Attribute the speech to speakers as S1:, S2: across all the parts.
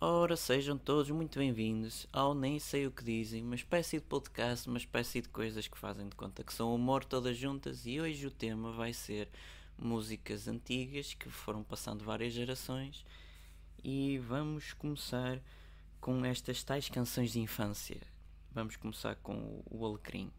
S1: Ora, sejam todos muito bem-vindos ao Nem Sei O Que Dizem, uma espécie de podcast, uma espécie de coisas que fazem de conta que são humor todas juntas e hoje o tema vai ser músicas antigas que foram passando várias gerações e vamos começar com estas tais canções de infância. Vamos começar com o, o Alecrim.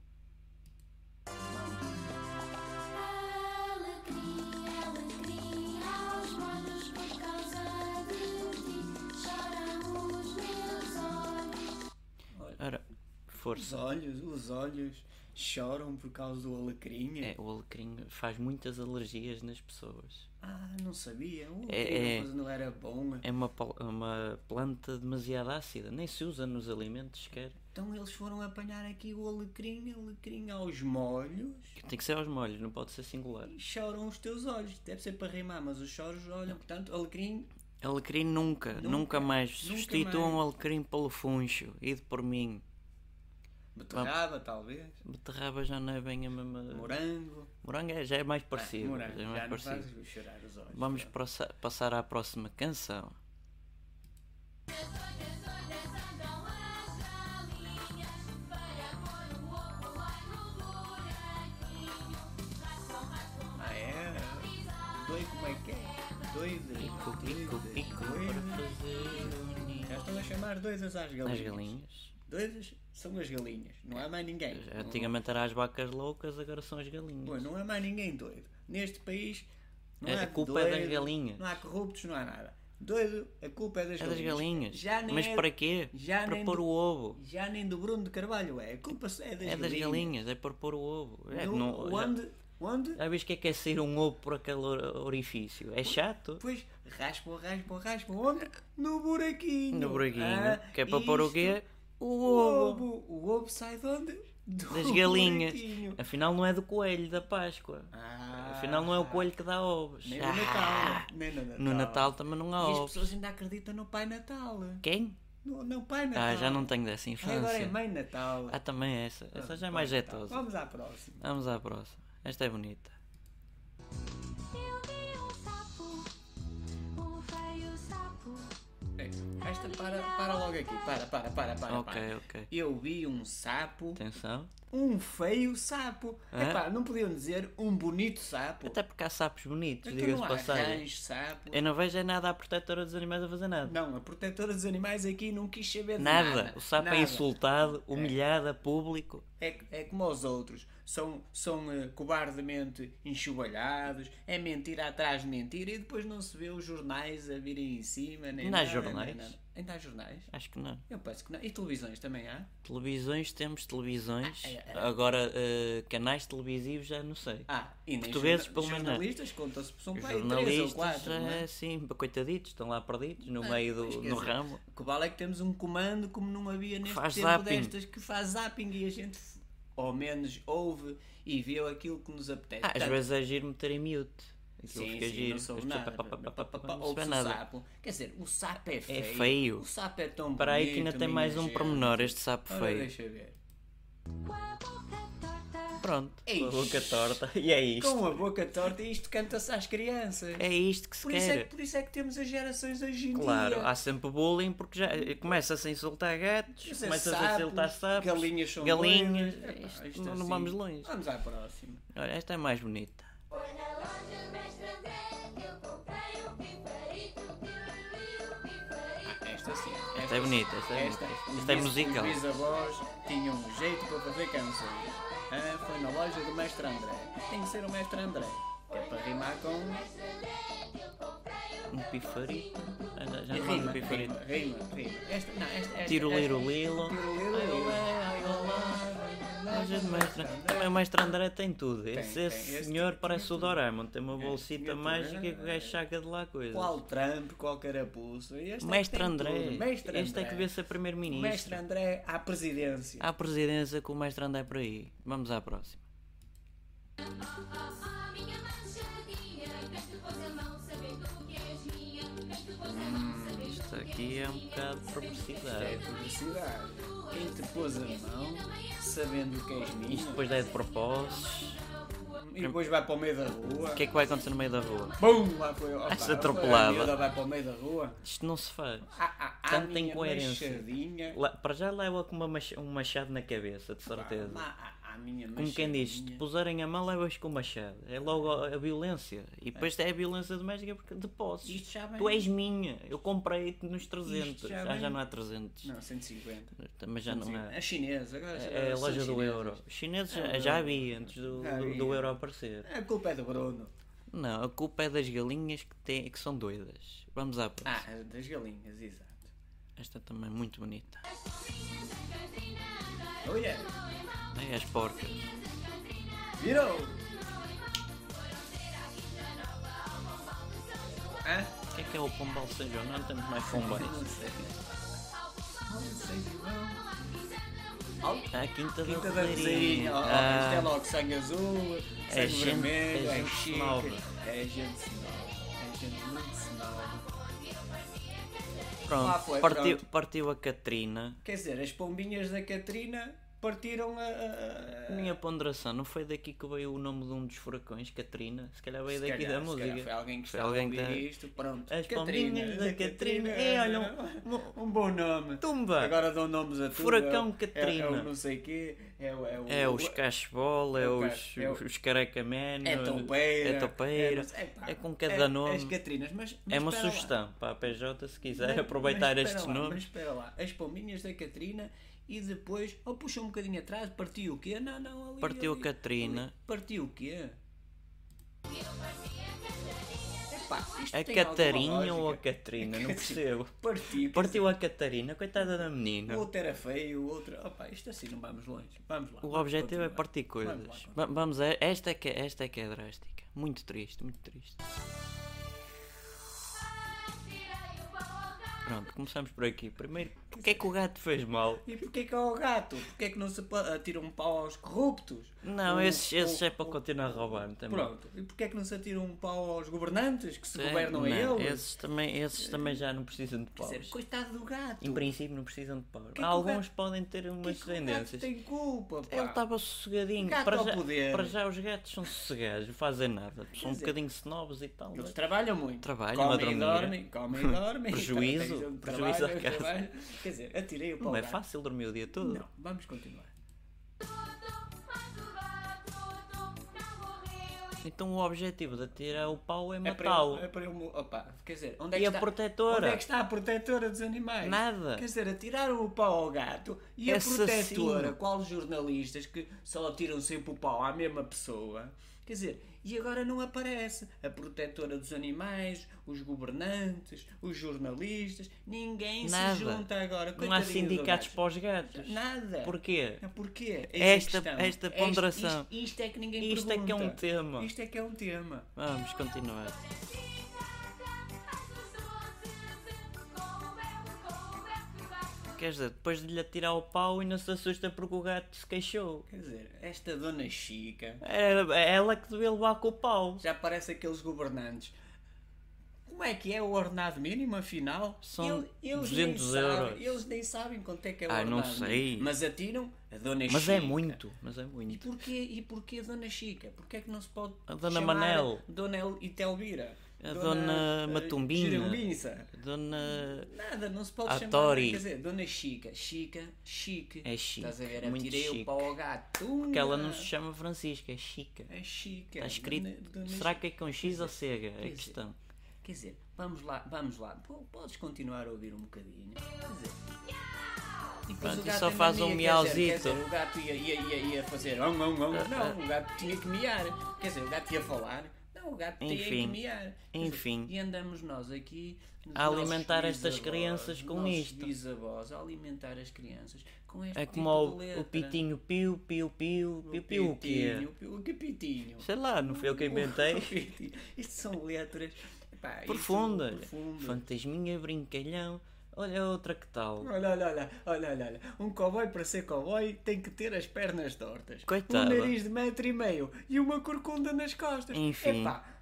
S1: Ora,
S2: Os
S1: força.
S2: olhos, os olhos choram por causa do alecrim.
S1: É, o alecrim faz muitas alergias nas pessoas.
S2: Ah, não sabia. O alecrim
S1: É, é.
S2: mas não era bom.
S1: É uma, pal- uma planta demasiado ácida, nem se usa nos alimentos sequer.
S2: Então eles foram apanhar aqui o alecrim, alecrim aos molhos
S1: Tem que ser aos molhos, não pode ser singular.
S2: e choram os teus olhos. Deve ser para rimar, mas os choros olham. Portanto, alecrim,
S1: Alecrim nunca, nunca, mais.
S2: nunca
S1: Substituam
S2: mais.
S1: o alecrim pelo funcho, ido por mim.
S2: beterraba talvez,
S1: Beterraba já não é bem a mesma.
S2: morango.
S1: Morango é- já é mais
S2: Ah,
S1: parecido.
S2: morango,
S1: já é
S2: já
S1: mais
S2: não
S1: parecido.
S2: faz chorar os olhos.
S1: Vamos
S2: Pronto.
S1: prossa- passar à próxima canção.
S2: Ah, é? Doido, como é que é? Doido.
S1: Pico, pico,
S2: doido,
S1: pico para
S2: doido.
S1: fazer o ninho.
S2: Já estão a chamar doidas às galinhas.
S1: As galinhas.
S2: Doidas são as galinhas, não há mais ninguém.
S1: Antigamente eram as vacas loucas, agora são as galinhas.
S2: Bom, não há mais ninguém doido. Neste país não
S1: A
S2: há
S1: culpa é das
S2: doido,
S1: galinhas.
S2: Não há corruptos, não há nada. Doido, a culpa é das
S1: É das
S2: galinhas.
S1: galinhas.
S2: Já nem
S1: Mas
S2: é-
S1: para quê?
S2: já
S1: para
S2: nem
S1: pôr
S2: do-
S1: o ovo.
S2: Já nem do Bruno de Carvalho é. A culpa é das
S1: É
S2: galinhas.
S1: das galinhas, é para pôr o ovo. É,
S2: Do-
S1: não,
S2: onde? Onde?
S1: já, já viste que é que é sair um ovo por aquele or- orifício? É chato?
S2: Pois raspam, raspam, raspam. Onde? No buraquinho.
S1: No buraguinho.
S2: Ah,
S1: que é para pôr o
S2: isto-
S1: quê? O
S2: O
S1: ovo.
S2: ovo. O ovo sai de onde? Do
S1: Das galinhas.
S2: buraquinho.
S1: Afinal não é do coelho da Páscoa.
S2: Ah.
S1: Afinal não é o coelho que dá ovos.
S2: Nem no
S1: Ah,
S2: Natal. Nem no Natal.
S1: No Natal também não
S2: E
S1: há
S2: as
S1: ovos.
S2: pessoas ainda acreditam no Pai Natal.
S1: Quem?
S2: No, no Pai Natal.
S1: Ah, já não tenho dessa
S2: Ai, Agora é
S1: infância.
S2: Mãe Natal.
S1: Ah, também é essa. Essa já é mais
S2: Pai Natal.
S1: jetosa.
S2: Vamos à próxima.
S1: Vamos à próxima. Esta é bonita.
S3: Eu vi um sapo, um feio sapo.
S2: Ei, Esta para, para logo aqui. Para, para, para, para.
S1: Ok,
S2: para.
S1: ok.
S2: Eu vi um sapo,
S1: Atenção.
S2: um feio sapo.
S1: Hã?
S2: Epá, não podiam dizer um bonito sapo.
S1: Até porque há sapos bonitos,
S2: Então não
S1: diga-se
S2: há
S1: passagem.
S2: rãs, sapo.
S1: Eu não vejo é nada à protetora dos animais a fazer nada.
S2: Não, a protetora dos animais aqui não quis saber de nada.
S1: Nada. O sapo é
S2: nada.
S1: insultado, humilhado a público.
S2: É, é como os outros. São, são eh, cobardemente enxovalhados, é mentira atrás de mentira e depois não se vê os jornais a virem em cima. Nem
S1: Ainda há
S2: nada,
S1: jornais?
S2: Nem nada. Ainda há jornais?
S1: Acho que não.
S2: Eu penso que não. E televisões também há?
S1: Televisões, temos televisões.
S2: Ah, é, é.
S1: Agora, eh, canais televisivos, já não sei.
S2: Ah, e nem
S1: Portugueses,
S2: jorna-
S1: pelo menos, não é?
S2: Jornalistas, conta-se, são
S1: Os
S2: para aí três ou
S1: jornalistas,
S2: quatro. não é?
S1: é, sim, coitaditos, estão lá perdidos no
S2: Ah,
S1: meio
S2: pois,
S1: do
S2: quer
S1: no
S2: dizer,
S1: ramo.
S2: O que vale é que temos um comando como não havia neste
S1: faz
S2: tempo
S1: zapping.
S2: destas que faz zapping e a gente f- ao menos ouve e vê aquilo que nos apetece.
S1: Ah, às
S2: Portanto,
S1: vezes é giro meter em mute. Aquilo
S2: Sim,
S1: fica
S2: sim,
S1: giro.
S2: não soube
S1: As pessoas
S2: nada.
S1: pá, pá, pá, pá, pá, pá, não se vê
S2: Ouve-se o
S1: nada.
S2: sapo. Quer dizer, o sapo é feio.
S1: feio.
S2: O sapo é tão
S1: Para aí
S2: bonito,
S1: que ainda tem
S2: minha
S1: mais um
S2: gente.
S1: pormenor, este sapo
S2: Ora,
S1: feio.
S2: deixa ver.
S3: Com a boca torta,
S1: Pronto,
S2: Ei.
S1: com a boca torta. E é isto.
S2: É Com a boca torta, isto canta-se às crianças.
S1: É isto que se
S2: por,
S1: quer.
S2: isso é, que- por isso é que temos as gerações hoje em
S1: Claro,
S2: dia.
S1: há sempre bullying porque já eh, começa-se a insultar gatos,
S2: Isso é
S1: começa-se tá a
S2: sapos,
S1: insultar sapos,
S2: galinhas são
S1: galinhas,
S2: doidas. Epá,
S1: isto
S2: isto
S1: não, não
S2: assim.
S1: vamos longe.
S2: Vamos à próxima.
S1: Olha, esta é mais bonita.
S3: foi na loja mestre André que eu comprei o piparito que eu o piparito.
S2: Esta sim.
S1: Esta é bonita, esta é
S2: Esta,
S1: bonita.
S2: os
S1: Esta é
S2: bis-
S1: musical.
S2: Os bisavós tinham um jeito para fazer canções. Ah, foi na loja do mestre André. Tem que ser o mestre André. Que é para rimar com.
S3: Mestre André que eu comprei o
S1: Um pifarito. Ah, Já, já não vamos
S2: Rima,
S1: um pifarito.
S2: rima, rima, rima. Esta, não, esta, esta,
S1: Tiro
S2: esta-
S1: liro lilo.
S2: Tiroliro,
S1: Ai,
S2: lilo.
S1: olé, ai, olá. Loja de mestre. Também o mestre André tem tudo. Esse,
S2: tem.
S1: esse
S2: Este
S1: senhor
S2: tinha
S1: parece o
S2: tudo.
S1: Doraemon. Tem uma
S2: Este
S1: bolsita
S2: tinha tudo,
S1: mágica que o
S2: é.
S1: gajo saca de lá coisas.
S2: Qual Trump, qual carapuço. E esta é que
S1: Mestre
S2: tem
S1: André.
S2: tudo.
S1: Este é
S2: Mestre
S1: Ah.
S2: André.
S1: que vê-se a
S2: O Mestre
S1: primeiro-ministro.
S2: André à presidência.
S1: Há presidência com o mestre André por aí. Vamos à próxima.
S3: Oh, minha manchadinha, mas tu pôs a mão sabendo que és minha. Mas tu pôs a mão sabendo
S1: Isto
S3: que
S1: aqui é um bocado de
S2: É
S1: propriedade.
S2: publicidade. Quem te pôs a mão, sabendo que és minha,
S1: Depois é de propósitos.
S2: e depois vai para o meio da rua.
S1: O que é que vai acontecer no meio da rua?
S2: Bum! Lá foi. Opa,
S1: Acho atropelado.
S2: A miúda vai para o meio da rua.
S1: Isto não se faz.
S2: Ah, ah,
S1: Tanta
S2: minha
S1: incoerência.
S2: machadinha.
S1: Lá- para já leva com uma mach- um machado na cabeça, de
S2: Pá,
S1: certeza.
S2: lá, à- à minha
S1: Como quem diz, te
S2: machadinha.
S1: puserem a mão, levas com o machado. É logo a, a violência. E depois é a violência doméstica porque de posses.
S2: Isto já vem.
S1: Tu és minha. Eu comprei-te nos 300.
S2: já
S1: Já, já
S2: vem-
S1: não há 300.
S2: Não, 150.
S1: Mas já não há.
S2: É chinês, agora
S1: É a
S2: são
S1: loja do
S2: chineses.
S1: euro. Os chineses
S2: Ah,
S1: já, já havia antes do,
S2: já
S1: do,
S2: havia.
S1: do euro aparecer.
S2: A culpa é do Bruno.
S1: Não, a culpa é das galinhas que, têm, que são doidas. Vamos à próxima.
S2: Ah, das galinhas, exato.
S1: Esta também é muito bonita.
S2: Olha,
S1: Ai, as porcas.
S2: virou! Hã?
S1: O que é que é o pombal de São João? Não temos mais É pombais.
S2: Não sei. Não sei, não.
S1: Ah, A quinta,
S2: Quinta da
S1: da
S2: Rosarinha,
S1: Roseirinha.
S2: ó,
S1: Ah,
S2: isto é logo sangue azul,
S1: É
S2: sangue
S1: gente-
S2: vermelho,
S1: é
S2: é
S1: gente
S2: chique,
S1: nova.
S2: é gente nova, é gente muito nova.
S1: pronto,
S2: Ah, foi,
S1: partiu,
S2: pronto.
S1: partiu a Catrina.
S2: Quer dizer, as pombinhas da Catrina partiram a... a- a-
S1: Minha ponderação, não foi daqui que veio o nome de um dos furacões, Catrina? Se calhar veio
S2: Se
S1: daqui
S2: calhar-
S1: da
S2: se calhar
S1: música.
S2: Foi alguém que
S1: Foi
S2: estava a
S1: alguém que
S2: ouvir
S1: tá-
S2: isto, pronto.
S1: As
S2: Catrina,
S1: pombinhas da Catrina.
S2: Catrina,
S1: É, olha,
S2: um, um bom nome.
S1: Tumba!
S2: Agora dão nomes a tudo.
S1: Furacão
S2: é o-
S1: Catrina.
S2: É, é o não sei quê, é, o- é o...
S1: É os cachebola, é
S2: é o ca-
S1: os,
S2: é o-
S1: os, os caracamen,
S2: É toupeira.
S1: é toupeira.
S2: não sei- pá,
S1: É com cada nome.
S2: As Catrinas, mas... mas
S1: É uma
S2: espera lá.
S1: sugestão para a PJ se
S2: Mas-
S1: quiser
S2: mas
S1: aproveitar
S2: espera
S1: estes
S2: lá, Mas
S1: nomes.
S2: espera lá, as pombinhas da Catrina e depois, ou puxou um bocadinho atrás, partiu o quê? Não, não, ali,
S1: Partiu
S2: ali,
S1: a Catrina.
S2: ali. Partiu o quê? Epá, isto
S1: A
S2: tem alguma
S1: Catarinha ou a
S2: lógica?
S1: Catrina? Não
S2: Catarina.
S1: percebo.
S2: Partiu.
S1: Partiu a Catarina, coitada da menina.
S2: O outro era feio, o outro. Opa, isto assim não vamos longe. Vamos lá.
S1: O
S2: vamos
S1: objetivo é
S2: continuar.
S1: partir
S2: Vamos lá,
S1: coisas.
S2: continuar.
S1: Va- Vamos a. Esta é que, esta é, que é drástica. Muito triste, muito triste. Pronto, começamos por aqui. Primeiro, porque é que o gato fez mal?
S2: E porquê que é o gato? Porquê que não se pa- atira um pau aos corruptos?
S1: Não,
S2: O-
S1: esses, esses
S2: o-
S1: é para continuar roubando também.
S2: Pronto. E porquê que não se atira um pau aos governantes que se
S1: É,
S2: governam a
S1: não,
S2: eles?
S1: Esses também, esses também já não precisam de
S2: Quer dizer,
S1: paus.
S2: coitado do gato.
S1: Em princípio não precisam de paus.
S2: que o
S1: Alguns
S2: gato-
S1: podem ter
S2: Porquê
S1: umas
S2: que o gato
S1: tendências.
S2: tem culpa, pá.
S1: Ele tá estava sossegadinho.
S2: Gato
S1: Para
S2: ao
S1: já,
S2: poder.
S1: para já os gatos são sossegados, não fazem nada. São um
S2: dizer,
S1: bocadinho snobs e tal.
S2: Eles
S1: mas-
S2: trabalham muito.
S1: Trabalham,
S2: comem e
S1: madruguinha.
S2: dormem, comem e dormem.
S1: Prejuízo,
S2: Então, tens um
S1: prejuízo à
S2: trabalho,
S1: casa.
S2: trabalho. Quer dizer, atirei o pau
S1: Não é
S2: ao gato.
S1: fácil dormir o dia todo.
S2: Não, vamos continuar.
S1: Então o objetivo de atirar o pau é
S2: É para ele, é
S1: matá-lo.
S2: para ele, mo- opa, quer dizer, onde é
S1: E
S2: que
S1: a
S2: está,
S1: protetora?
S2: Onde é que está a protetora dos animais?
S1: Nada. É
S2: Quer dizer, atiraram o pau ao gato e a
S1: Assassino.
S2: protetora, qual os jornalistas que só atiram sempre o pau à mesma pessoa? Quer dizer, e agora não aparece a protetora dos animais, os governantes, os jornalistas, ninguém
S1: Nada.
S2: se junta
S1: não
S2: agora.
S1: há
S2: Coitadinho do
S1: sindicatos
S2: gato.
S1: para os gatos.
S2: Nada.
S1: Porquê?
S2: Não, Porquê? Eis a
S1: Esta-
S2: questão.
S1: esta
S2: Este-
S1: ponderação.
S2: Isto, isto é que ninguém
S1: Isto é que
S2: pergunta.
S1: é um tema.
S2: Isto é que é um tema.
S1: Vamos continuar. Quer dizer, depois de lhe atirar o pau ainda se assusta porque o gato se queixou.
S2: Quer dizer, esta dona Chica
S1: Era é ela que devia levar com o pau.
S2: já parece aqueles governantes. Como é que é o ordenado mínimo, afinal?
S1: São
S2: Ele- eles
S1: 200
S2: nem
S1: euros.
S2: Sabem, eles nem sabem quanto é que é o
S1: Ah,
S2: ordenado
S1: não
S2: mínimo.
S1: sei.
S2: Mas atiram a dona Chica.
S1: Mas é muito, mas é
S2: E
S1: muito.
S2: porquê, e porquê a dona Chica? Porquê é que não se pode
S1: A dona
S2: chamar
S1: Manel.
S2: Dona El Itelvira.
S1: A dona
S2: eh,
S1: Matumbina.
S2: Girumbinça.
S1: Dona.
S2: Nada, não se pode
S1: A
S2: chamar.
S1: Tori.
S2: Quer dizer, dona Chica. Chica, chique.
S1: É chique,
S2: Estás a ver?
S1: muito
S2: Atirei
S1: chique.
S2: o pau ao gato.
S1: Porque ela não se chama Francisca, é Chica.
S2: É chique.
S1: Está escrito.
S2: Dona- dona
S1: Será
S2: Chica.
S1: que é com X ou CH? É a
S2: dizer,
S1: questão.
S2: Quer dizer, vamos lá, vamos lá. P- Podes continuar a ouvir um bocadinho. Quer dizer. E depois
S1: Pronto,
S2: o
S1: e
S2: gato
S1: só
S2: é
S1: faz um
S2: mania, quer dizer,
S1: miauzito. Ah,
S2: quer dizer, O gato ia, ia, ia, ia fazer om, om, om. Não, o gato tinha que miar. Quer dizer, o gato ia falar. Não, o gato tinha que
S1: Enfim,
S2: miar. Quer dizer,
S1: enfim.
S2: E andamos nós aqui nos
S1: A alimentar
S2: nossos
S1: estas
S2: bisavós,
S1: crianças com
S2: nossos
S1: isto.
S2: bisavós, a alimentar as crianças com este
S1: É
S2: tipo
S1: como
S2: de
S1: o,
S2: letra.
S1: o pitinho piu, piu, piu, piu, piu, o quê?
S2: pitinho, Uh, é piu- O que pitinho?
S1: Sei lá, não foi eu que inventei.
S2: Isto são letras pá, isto-
S1: Profunda.
S2: profundas.
S1: Fantasminha, brincalhão. Olha outra que tal.
S2: Olha, olha, olha, olha, olha, olha. Um cowboy para ser cowboy tem que ter as pernas tortas,
S1: Coitada.
S2: um nariz de metro e meio e uma corcunda nas costas.
S1: Enfim.
S2: Epá,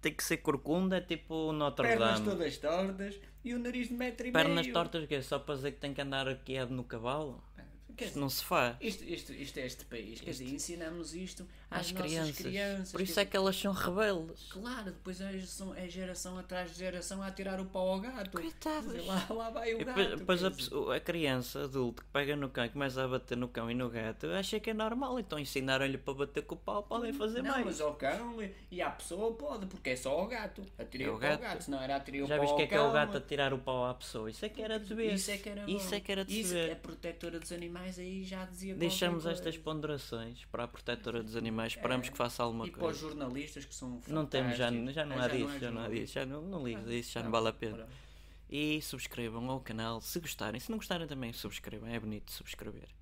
S1: Tem que ser corcunda, é tipo Notre
S2: pernas
S1: Dame.
S2: todas tortas e um nariz de metro e
S1: Pernas
S2: meio.
S1: tortas, que é só para dizer que tem que andar aqui no cavalo?
S2: Quer
S1: Isto
S2: dizer,
S1: não se faz.
S2: isto, isto, isto é este país. Quer dizer, ensinamos isto às,
S1: às
S2: nossas
S1: crianças.
S2: crianças.
S1: Por isso
S2: quer
S1: é que elas são rebeldes.
S2: Claro, depois é geração, é geração atrás de geração a tirar o pau ao gato.
S1: Coitadas.
S2: Mas Lá, lá vai o
S1: E
S2: um gato.
S1: depois, depois
S2: quer
S1: a,
S2: dizer.
S1: pessoa- a criança adulta que pega no cão e começa a bater no cão e no gato acha que é normal, então ensinaram-lhe para bater com o pau, podem fazer
S2: não,
S1: mais.
S2: mas ao cão e- e à pessoa pode, porque é só ao gato. Atirei
S1: É
S2: o
S1: o
S2: pau ao
S1: gato.
S2: gato, senão era atirei o
S1: Já
S2: pau
S1: viste
S2: ao
S1: que é que é o gato a
S2: cão.
S1: tirar o pau à pessoa? Isso é que era de ver.
S2: Isso é que era
S1: Isso
S2: bom.
S1: é que era de
S2: Isso
S1: ver.
S2: é protetora dos animais, aí já dizia qualquer
S1: Deixamos
S2: coisa. É.
S1: estas ponderações para a protetora dos animais, esperamos que faça alguma
S2: E para
S1: coisa.
S2: os jornalistas que são
S1: Não temos, já,
S2: fantásticos.
S1: é tipo, já não
S2: Ah,
S1: há disso, já não há
S2: jornalismo.
S1: disso, já não, não ligo disso, já não
S2: Não,
S1: vale a pena.
S2: pronto.
S1: E subscrevam ao canal se gostarem, se não gostarem também subscrevam, é bonito subscrever.